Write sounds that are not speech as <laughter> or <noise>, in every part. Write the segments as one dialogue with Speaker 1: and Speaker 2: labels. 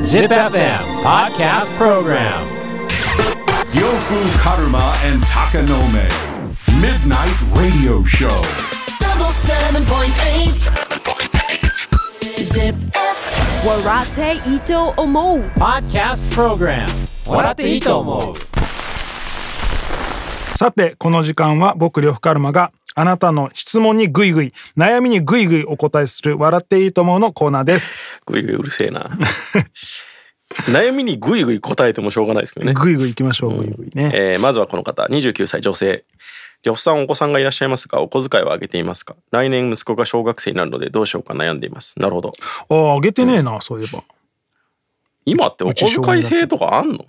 Speaker 1: Zip FM Podcast Program
Speaker 2: Yofu Karuma and Takanome. Midnight Radio Show.
Speaker 3: double seven point eight. Zip.
Speaker 4: Warate Ito Omo
Speaker 1: Podcast Program 笑っていいと思う
Speaker 5: さてこの時間は僕呂布カルマがあなたの質問にグイグイ悩みにグイグイお答えする「笑っていいと思う」のコーナーです。
Speaker 6: グイグイうるせえな。 <laughs> 悩みにグイグイ答えてもしょうがないですけどね。
Speaker 5: グイグイ行きましょう。ね、
Speaker 6: えーまずはこの方、29歳女性。呂布さんお子さんがいらっしゃいますが、お小遣いはあげていますか来年息子が小学生になるのでどうしようか悩んでいます。なるほど。
Speaker 5: あああげてねえなそういえば。
Speaker 6: 今ってお
Speaker 5: うち
Speaker 6: 小遣い制とかあんの
Speaker 5: い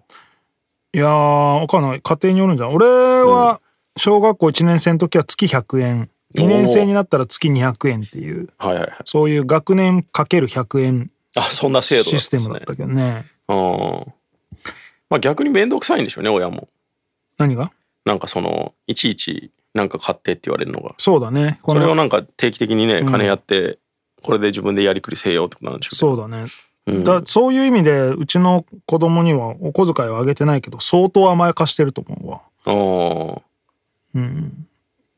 Speaker 5: やーわかんない家庭によるんじゃん。俺は小学校1年生の時は月100円2年生になったら月200円っていう
Speaker 6: はいはいはい。
Speaker 5: そういう学年かける100円
Speaker 6: あ、そんな制度だ
Speaker 5: シ
Speaker 6: っ
Speaker 5: ス
Speaker 6: た
Speaker 5: テ
Speaker 6: んで
Speaker 5: ム
Speaker 6: す
Speaker 5: だ
Speaker 6: ね
Speaker 5: っ。たけどね。
Speaker 6: うん。まあ逆に面倒くさいんでしょうね、親も。
Speaker 5: 何が
Speaker 6: なんかその、いちいちなんか買ってって言われるのが。
Speaker 5: そうだね。こ
Speaker 6: そ
Speaker 5: の
Speaker 6: れをなんか定期的にね、金やって、これで自分でやりくりせようってことなんでしょうけど
Speaker 5: そうだね。
Speaker 6: うん
Speaker 5: だそういう意味でうちの子供にはお小遣いはあげてないけど相当甘やかしてると思うわ
Speaker 6: ああ。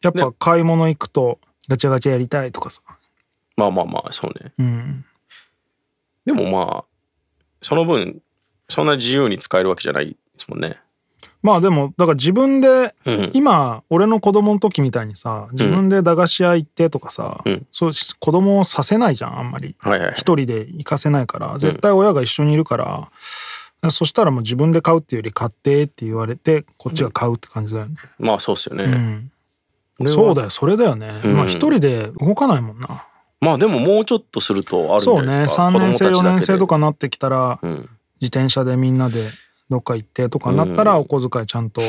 Speaker 5: やっぱ買い物行くとガチャガチャやりたいとかさ
Speaker 6: まあまあまあ、そうね。
Speaker 5: うん
Speaker 6: でもまあ、その分、そんな自由に使えるわけじゃないですもんね。
Speaker 5: まあでもだから自分で、
Speaker 6: うん
Speaker 5: 今俺の子供の時みたいにさ自分で駄菓子屋行ってとかさ、
Speaker 6: うん
Speaker 5: そうし子供をさせないじゃんあんまり
Speaker 6: はいはいはい
Speaker 5: 一人で行かせないから絶対親が一緒にいるから、そしたらもう自分で買うっていうより買ってって言われてこっちが買うって感じだよね、
Speaker 6: まあそうっすよね。
Speaker 5: うんそうだよそれだよね、
Speaker 6: うん
Speaker 5: まあ一人で動かないもんな
Speaker 6: まあでももうちょっとするとあるんじゃ
Speaker 5: そ
Speaker 6: な
Speaker 5: う
Speaker 6: い
Speaker 5: ね
Speaker 6: ですか。
Speaker 5: 3年生4年生と
Speaker 6: か。
Speaker 5: かなってきたら、
Speaker 6: ん
Speaker 5: 自転車でみんなでどっか行ってとかなったらお小遣いちゃんと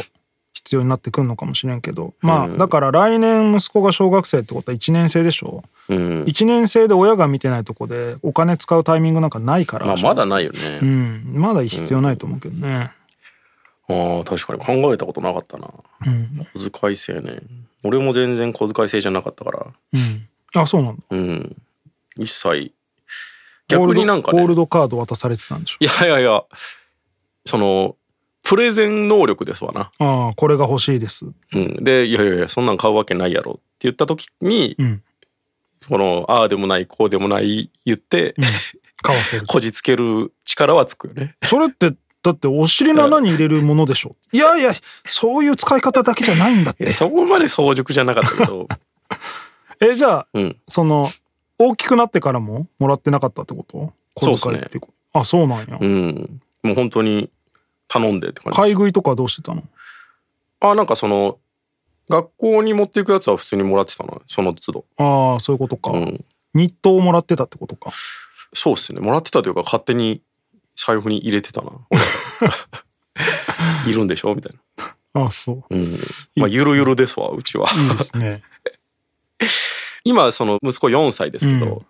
Speaker 5: 必要になってくるのかもしれんけど、まあだから来年息子が小学生ってことは1年生でしょ、
Speaker 6: うん。
Speaker 5: 1年生で親が見てないとこでお金使うタイミングなんかないから、
Speaker 6: まあまだないよね。
Speaker 5: うん、まだ必要ないと思うけどね、
Speaker 6: ああ、確かに考えたことなかったな。小遣い制ね。俺も全然小遣い制じゃなかったから。
Speaker 5: あそうなんだ
Speaker 6: うん。一切。逆になんか
Speaker 5: ゴールドゴール
Speaker 6: ね。
Speaker 5: ドカード渡されてたんでしょ
Speaker 6: いやいやいや、その、プレゼン能力ですわな。
Speaker 5: ああこれが欲しいです
Speaker 6: うん、で「いやいやいやそんなん買うわけないやろ」って言った時に、
Speaker 5: ん
Speaker 6: このああでもないこうでもない言って、
Speaker 5: 買わせる
Speaker 6: こじつける力はつくよね。
Speaker 5: それってだってお尻の穴に入れるものでしょいやいやそういう使い方だけじゃないんだっ
Speaker 6: いや
Speaker 5: て
Speaker 6: そこまで早熟じゃなかったけど、
Speaker 5: えじゃあ
Speaker 6: うん、
Speaker 5: その大きくなってからももらってなかったってこと小
Speaker 6: そ
Speaker 5: 遣
Speaker 6: うっす
Speaker 5: い
Speaker 6: ね
Speaker 5: ってこあそうなんや、
Speaker 6: うん、もう本当に頼んでって感じ
Speaker 5: 買い
Speaker 6: です。
Speaker 5: 食いとかはどうしてたの
Speaker 6: あなんかその学校に持っていくやつは普通にもらってたのその都度。
Speaker 5: ああそういうことか、
Speaker 6: うん、
Speaker 5: 日当をもらってたってことか
Speaker 6: そうっすねもらってたというか勝手に財布に入れてたな。 <laughs> 俺いるんでしょみたいな。
Speaker 5: ああそう
Speaker 6: うん、まあゆるゆるですわうちは。
Speaker 5: いいです <laughs> ね
Speaker 6: 今その息子4歳ですけど、
Speaker 5: うん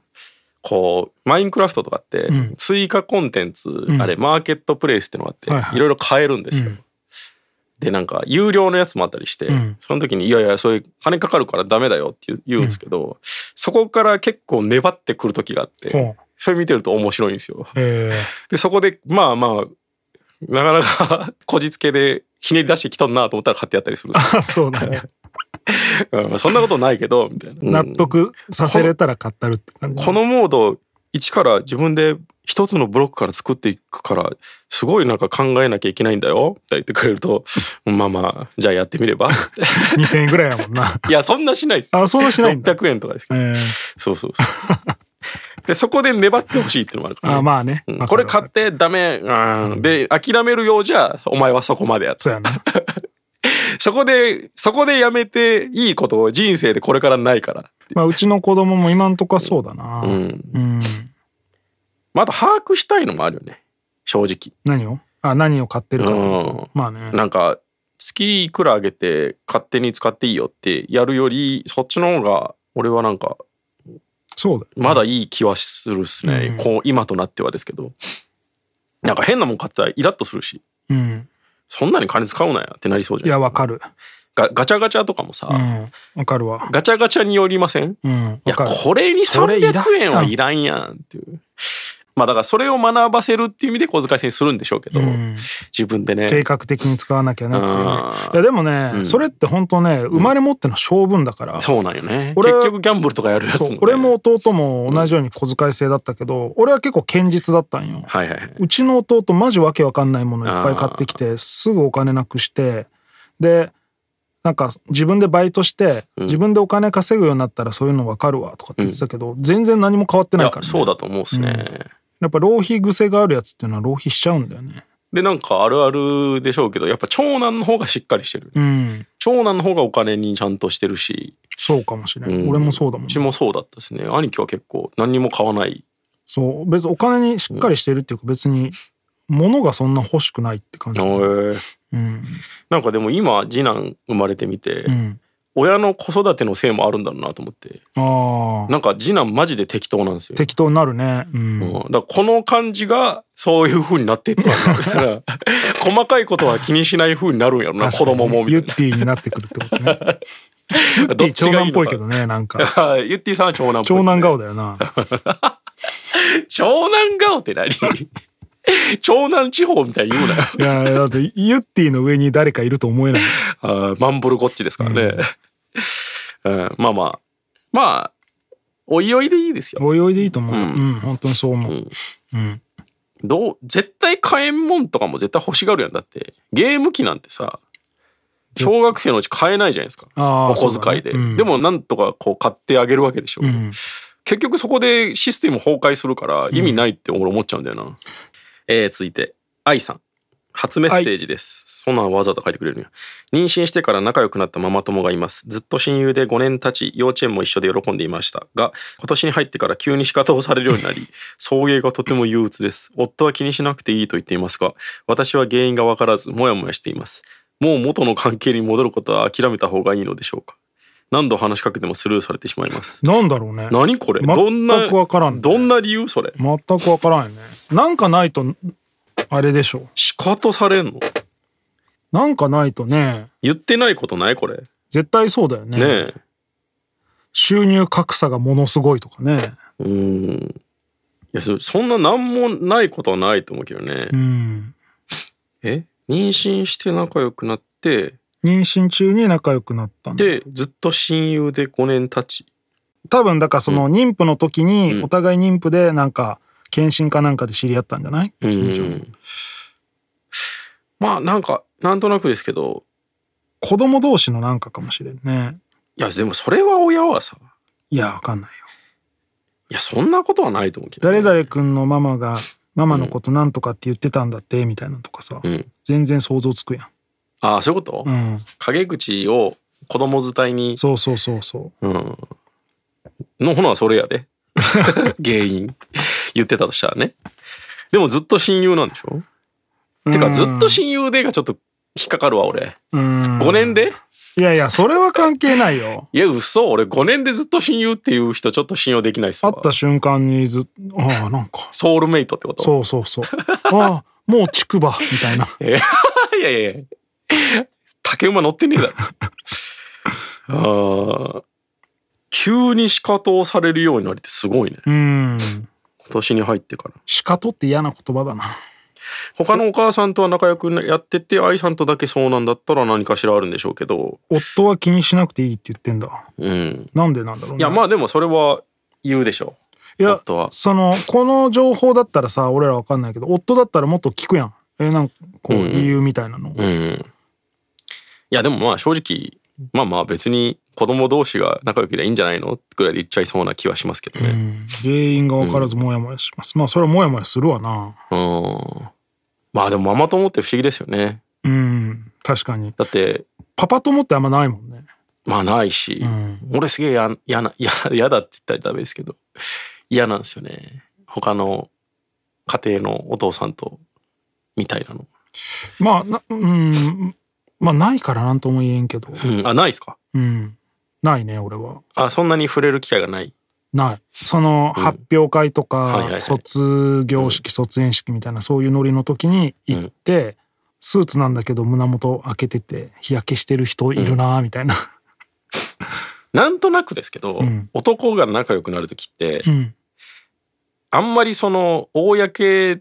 Speaker 6: こうマインクラフトとかって
Speaker 5: ん
Speaker 6: 追加コンテンツ、あれマーケットプレイスってのがあって、
Speaker 5: はい
Speaker 6: い
Speaker 5: はい
Speaker 6: ろいろ買えるんですよ。でなんか有料のやつもあったりして、
Speaker 5: ん
Speaker 6: その時に「いやいやそれ金かかるからダメだよ」って言う言うんですけど、そこから結構粘ってくる時があって、
Speaker 5: ほう
Speaker 6: それ見てると面白いんですよ。
Speaker 5: え
Speaker 6: でそこでまあまあなかなか <laughs> こじつけでひねり出してきとんなと思ったら買ってやったりするんで
Speaker 5: <laughs>
Speaker 6: す
Speaker 5: ー、あそうだね
Speaker 6: ようんそんなことないけどみたいな。うん
Speaker 5: 納得させれたら買ったるって感じ <laughs>
Speaker 6: このモード一から自分で一つのブロックから作っていくからすごいなんか考えなきゃいけないんだよって言ってくれるとまあまあじゃあやってみれば
Speaker 5: 2000円ぐらいやもんな
Speaker 6: いやそんなしないです
Speaker 5: あそんなしないん <laughs> だ
Speaker 6: 600円とかですけ
Speaker 5: え
Speaker 6: ど
Speaker 5: ー、
Speaker 6: そうそうそう
Speaker 5: <laughs>
Speaker 6: でそこで粘ってほしいっていうのもあるから、
Speaker 5: あまあね
Speaker 6: うん
Speaker 5: わか
Speaker 6: こ
Speaker 5: る
Speaker 6: れ買ってダメ、うん、で諦めるようじゃお前はそこまでや
Speaker 5: そう
Speaker 6: と
Speaker 5: やな
Speaker 6: そこでそこでやめていいことを人生でこれからないから、
Speaker 5: まあうちの子供も今んとこはそうだな
Speaker 6: う
Speaker 5: うん、
Speaker 6: んまあ、あと把握したいのもあるよね正直
Speaker 5: 何をあ何を買ってるかってこと
Speaker 6: うん
Speaker 5: まあね
Speaker 6: なんか月いくらあげて勝手に使っていいよってやるよりそっちの方が俺はなんか
Speaker 5: そうだよ
Speaker 6: まだいい気はするっすね、こう今となってはですけどなんか変なもん買ってたらイラッとするし
Speaker 5: うん
Speaker 6: そんなに金使うなやってなりそうじ
Speaker 5: い
Speaker 6: ゃな
Speaker 5: や
Speaker 6: いで
Speaker 5: わ
Speaker 6: す
Speaker 5: か
Speaker 6: か
Speaker 5: る
Speaker 6: ガガチャガチャとかもさ、
Speaker 5: うんわかるわ
Speaker 6: ガチャガチャによりません、
Speaker 5: うん
Speaker 6: い
Speaker 5: わ
Speaker 6: や
Speaker 5: かる
Speaker 6: これに
Speaker 5: それいらん
Speaker 6: 300円はいらんやんっていうまあだからそれを学ばせるっていう意味で小遣い制にするんでしょうけど、
Speaker 5: ん
Speaker 6: 自分でね。
Speaker 5: 計画的に使わなきゃなっていう
Speaker 6: あ
Speaker 5: ね
Speaker 6: ー
Speaker 5: いやでもね、
Speaker 6: ん
Speaker 5: それって本当ね生まれ持っての性分だから、
Speaker 6: そうなんよね。
Speaker 5: 俺
Speaker 6: 結局ギャンブルとかやるやつも、
Speaker 5: そう
Speaker 6: ね。
Speaker 5: 俺も弟も同じように小遣い制だったけど、俺は結構堅実だったんよ。
Speaker 6: はいはいはい。
Speaker 5: うちの弟マジわけわかんないものいっぱい買ってきてすぐお金なくしてでなんか自分でバイトして、自分でお金稼ぐようになったらそういうのわかるわとかって言ってたけど、全然何も変わって
Speaker 6: い
Speaker 5: ない
Speaker 6: や
Speaker 5: から、ね、
Speaker 6: そうだと思うっすね。
Speaker 5: やっぱ浪費癖があるやつっていうのは浪費しちゃうんだよね。
Speaker 6: でなんかあるあるでしょうけどやっぱ長男の方がしっかりしてる、
Speaker 5: うん
Speaker 6: 長男の方がお金にちゃんとしてるし
Speaker 5: そうかもしれない、
Speaker 6: うん
Speaker 5: 俺もそうだもん
Speaker 6: うちもそうだったですね兄貴は結構何にも買わない
Speaker 5: そう別にお金にしっかりしてるっていうか別に物がそんな欲しくないって感じ、うん
Speaker 6: なんかでも今次男生まれてみて、
Speaker 5: うん、
Speaker 6: 親の子育てのせいもあるんだろうなと思って
Speaker 5: ああ
Speaker 6: なんか次男マジで適当なんですよ、
Speaker 5: 適当になるね、うん
Speaker 6: うん、だからこの感じがそういう風になっていったん
Speaker 5: <laughs>
Speaker 6: だみたいな細かいことは気にしない風になるんやろな子
Speaker 5: 確かにね
Speaker 6: 供もみ
Speaker 5: ユ
Speaker 6: た
Speaker 5: ッ
Speaker 6: いな
Speaker 5: ティになってくるってことねユッテ
Speaker 6: どっ
Speaker 5: ィ
Speaker 6: ち
Speaker 5: 長
Speaker 6: がい
Speaker 5: 男
Speaker 6: い
Speaker 5: っ
Speaker 6: の
Speaker 5: ぽい
Speaker 6: か
Speaker 5: けどねなん
Speaker 6: <laughs>
Speaker 5: か
Speaker 6: はいゆってぃさんは長男っぽい
Speaker 5: 長
Speaker 6: ですね
Speaker 5: 男顔だよな
Speaker 6: 長男顔って何 <laughs> 長男地方みたいに言うなよ。
Speaker 5: いやだってユッティの上に誰かいると思えない
Speaker 6: <laughs> あーマンブルゴッチですからね。うん、まあまあ。まあ、おいおいでいいですよ。
Speaker 5: おいおいでいいと思ううんん、本当にそう思う、
Speaker 6: ん
Speaker 5: うん
Speaker 6: どう、絶対買えんもんとかも絶対欲しがるやんだって。ゲーム機なんてさ、小学生のうち買えないじゃないですか。
Speaker 5: あー
Speaker 6: お小遣いで。
Speaker 5: そうだねうん
Speaker 6: でもなんとかこう買ってあげるわけでしょ。
Speaker 5: うん
Speaker 6: 結局そこでシステム崩壊するから意味ないって俺思っちゃうんだよな、えー、続いて愛さん初メッセージです、そんなんわざわざ書いてくれるんや妊娠してから仲良くなったママ友がいますずっと親友で5年経ち幼稚園も一緒で喜んでいましたが今年に入ってから急に仕方をされるようにな <laughs> り送迎がとても憂鬱です夫は気にしなくていいと言っていますが私は原因がわからずモヤモヤしていますもう元の関係に戻ることは諦めた方がいいのでしょうか何度話しかけてもスルーされてしまいます
Speaker 5: なんだろうね
Speaker 6: 何これ
Speaker 5: 全く
Speaker 6: どんな
Speaker 5: わからんね
Speaker 6: どんな理由それ
Speaker 5: 全くわからんよねなんかないとあれでしょ
Speaker 6: 仕方されんの
Speaker 5: なんかないとね
Speaker 6: 言ってないことないこれね
Speaker 5: 絶対そうだよね
Speaker 6: え
Speaker 5: 収入格差がものすごいとかね
Speaker 6: うーんいやそそんな何もないことはないと思うけどね、
Speaker 5: うん
Speaker 6: え妊娠して仲良くなって
Speaker 5: 妊娠中に仲良くなったんだ
Speaker 6: でずっと親友で5年経ち
Speaker 5: 多分だからその妊婦の時
Speaker 6: う
Speaker 5: に
Speaker 6: ん
Speaker 5: お互い妊婦でなんか検診かなんかで知り合ったんじゃない近所
Speaker 6: うんまあなんかなんとなくですけど
Speaker 5: 子供同士のなんかかもしれんね
Speaker 6: いやでもそれは親はさ
Speaker 5: いやわかんないよ
Speaker 6: いやそんなことはないと思うけどね、
Speaker 5: 誰々くんのママがママのことなんとかって言ってたんだってみたいなのとかさ、
Speaker 6: うん
Speaker 5: 全然想像つくや
Speaker 6: ああそういうこと、
Speaker 5: んうん
Speaker 6: 陰口を子供伝いに
Speaker 5: そうそうそうそう
Speaker 6: うん。のほなそれやで。 <laughs> 原因。言ってたとしたらね。でもずっと親友なんでしょてかずっと親友でがちょっと引っかかるわ俺。
Speaker 5: うん
Speaker 6: 5年で
Speaker 5: いやいやそれは関係ない <laughs> よ
Speaker 6: いや嘘俺5年でずっと親友っていう人ちょっと信用できないっす
Speaker 5: 会
Speaker 6: わ。
Speaker 5: った瞬間にずっああなんか
Speaker 6: ソウルメイトってこと
Speaker 5: そうそうそうああもう竹馬みたいな
Speaker 6: <laughs> う。いやいやいや。竹馬乗ってねえだ
Speaker 5: <laughs>
Speaker 6: ろ。あー急に仕方をされるようになりってすごいね。
Speaker 5: <laughs> うん
Speaker 6: 今年に入ってから。
Speaker 5: しかとって嫌な言葉だな
Speaker 6: 他のお母さんとは仲良くやってて愛さんとだけそうなんだったら何かしらあるんでしょうけど
Speaker 5: 夫は気にしなくていいって言ってんだ
Speaker 6: うん
Speaker 5: なんでなんだろう、ね、
Speaker 6: いやまあでもそれは言うでしょ
Speaker 5: いや
Speaker 6: 夫は
Speaker 5: そのこの情報だったらさ俺らわかんないけど夫だったらもっと聞くやんえなんかこう理由みたいなの、
Speaker 6: ううんいやでもまあ正直まあまあ別に子供同士が仲良ければいいんじゃないのぐらいで言っちゃいそうな気はしますけどね
Speaker 5: 原因が分からずモヤモヤします、まあそれはモヤモヤするわな
Speaker 6: うんまあでもママ友って不思議ですよね
Speaker 5: うん確かに
Speaker 6: だって
Speaker 5: パパ友ってあんまないもんね
Speaker 6: まあないし、
Speaker 5: ん
Speaker 6: 俺すげえや嫌な <laughs> 嫌嫌だって言ったらダメですけど嫌なんですよね他の家庭のお父さんとみたいなの
Speaker 5: まあなうんまあないからなんとも言えんけど
Speaker 6: うん、あないですか
Speaker 5: うんないね俺は
Speaker 6: あそんなに触れる機会がない
Speaker 5: ないその発表会と
Speaker 6: はいはい
Speaker 5: か
Speaker 6: はい
Speaker 5: 卒業式卒園式みたいなそういうノリの時に行ってスーツなんだけど胸元開けてて日焼けしてる人いるなみたい
Speaker 6: <laughs>
Speaker 5: な
Speaker 6: なんとなくですけど、
Speaker 5: ん
Speaker 6: 男が仲良くなる時って、
Speaker 5: うん
Speaker 6: あんまりその公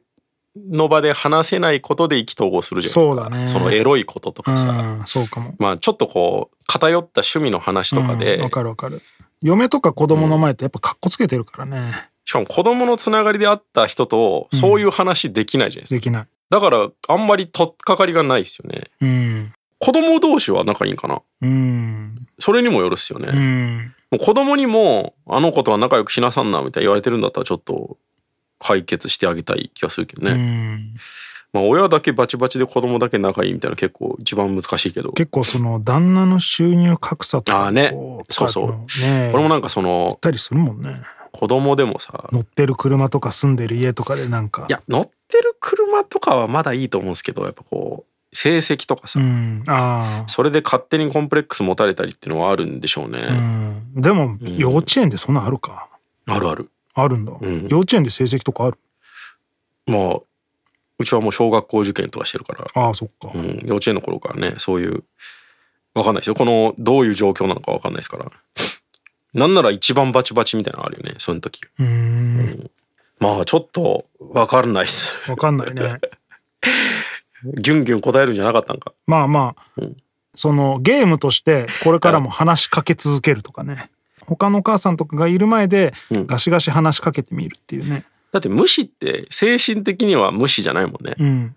Speaker 6: の場で話せないことで意気投合するじゃないですか
Speaker 5: そうだね
Speaker 6: のエロいこととかさ、
Speaker 5: うん、そうかも。
Speaker 6: まあちょっとこう偏った趣味の話とかで、
Speaker 5: うんわ、かるわかる。嫁とか子供の前ってやっぱかっこつけてるからね。
Speaker 6: しかも子供のつながりであった人とそういう話できないじゃないです
Speaker 5: で
Speaker 6: か、
Speaker 5: きない。
Speaker 6: だからあんまり取っかかりがないですよね
Speaker 5: うん。
Speaker 6: 子供同士は仲いいんかな
Speaker 5: うん。
Speaker 6: それにもよるっすよね、
Speaker 5: う
Speaker 6: も
Speaker 5: ん。
Speaker 6: う子供にもあの子とは仲良くしなさんなみたいに言われてるんだったらちょっと解決してあげたい気がするけどね、
Speaker 5: うん
Speaker 6: まあ親だけバチバチで子供だけ仲いいみたいなの結構一番難しいけど
Speaker 5: 結構その旦那の収入格差とか
Speaker 6: あーね
Speaker 5: こ
Speaker 6: そうそう
Speaker 5: とかね
Speaker 6: 俺もなんかその
Speaker 5: たりするもんね
Speaker 6: 子供でもさ
Speaker 5: 乗ってる車とか住んでる家とかでなんか
Speaker 6: いや乗ってる車とかはまだいいと思うんですけどやっぱこう成績とか
Speaker 5: う
Speaker 6: さ、
Speaker 5: んあ
Speaker 6: それで勝手にコンプレックス持たれたりっていうのはあるんでしょうね、
Speaker 5: あうんでも
Speaker 6: ん
Speaker 5: 幼稚園でそんなんあるか
Speaker 6: あるある
Speaker 5: あるんだ、
Speaker 6: ん
Speaker 5: 幼稚園で成績とかある
Speaker 6: まあうちはもう小学校受験とかしてるから、
Speaker 5: ああそっか、
Speaker 6: うん、幼稚園の頃からねそういうわかんないですよこのどういう状況なのかわかんないですからなんなら一番バチバチみたいなのあるよねその時
Speaker 5: うーん
Speaker 6: まあちょっとわかんないっす <laughs>
Speaker 5: わかんないね <laughs>
Speaker 6: ギュンギュン答えるんじゃなかったんか
Speaker 5: まあまあ、そのゲームとしてこれからも話しかけ続けるとかね他のお母さんとかがいる前で
Speaker 6: うん
Speaker 5: ガシガシ話しかけてみるっていうね
Speaker 6: だって無視って精神的には無視じゃないもんね、
Speaker 5: うん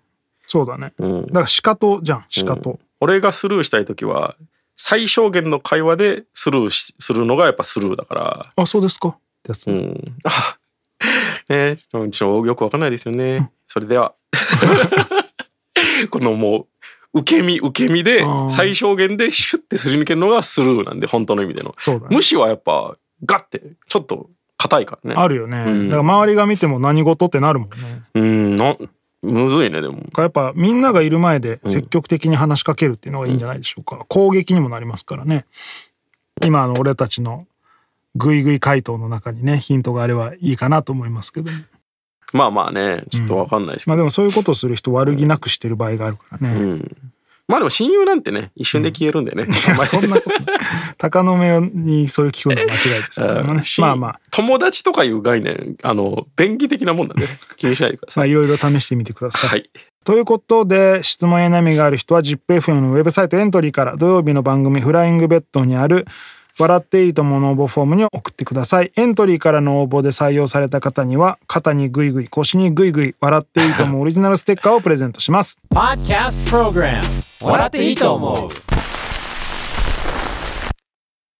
Speaker 5: そうだね、
Speaker 6: うん
Speaker 5: だから仕方じゃん仕方、
Speaker 6: 俺がスルーしたい時は最小限の会話でスルーしするのがやっぱスルーだから
Speaker 5: あそうですかってやつ、
Speaker 6: うん <laughs> あねちょっとよくわかんないですよねそれでは <laughs> このもう受け身受け身で
Speaker 5: ー
Speaker 6: 最小限でシュッてすり抜けるのがスルーなんで本当の意味での
Speaker 5: そうだね
Speaker 6: 無視はやっぱガッてちょっと硬いからね
Speaker 5: あるよね、
Speaker 6: ん
Speaker 5: だから周りが見ても何事ってなるもんね
Speaker 6: うんなむずいねでも
Speaker 5: だからやっぱみんながいる前で積極的に話しかけるっていうのがいいんじゃないでしょうか、攻撃にもなりますからね今の俺たちのグイグイ回答の中にねヒントがあればいいかなと思いますけども
Speaker 6: まあまあねちょっとわかんないですけ
Speaker 5: ま
Speaker 6: ど、
Speaker 5: あでもそういうことをする人悪気なくしてる場合があるからね、
Speaker 6: まあでも親友なんてね一瞬で消えるんでね、あんま
Speaker 5: <laughs>
Speaker 6: り
Speaker 5: そんな
Speaker 6: <laughs>
Speaker 5: ことない鷹の目にそれ聞くのは間違いですけどもね
Speaker 6: し
Speaker 5: まあまあ
Speaker 6: 友達とかいう概念あの便宜的なもんだね気にしないでくださ
Speaker 5: まあいろいろ試してみてください <laughs>
Speaker 6: いはい
Speaker 5: ということで質問や悩みがある人は ZIPFM のウェブサイトエントリーから土曜日の番組「フライングベッド」にある「笑っていいとも」の応募フォームに送ってくださいエントリーからの応募で採用された方には肩にグイグイ腰にグイグイ「笑っていいとも」オリジナルステッカーをプレゼントします
Speaker 1: Podcast Program 笑っていいと思う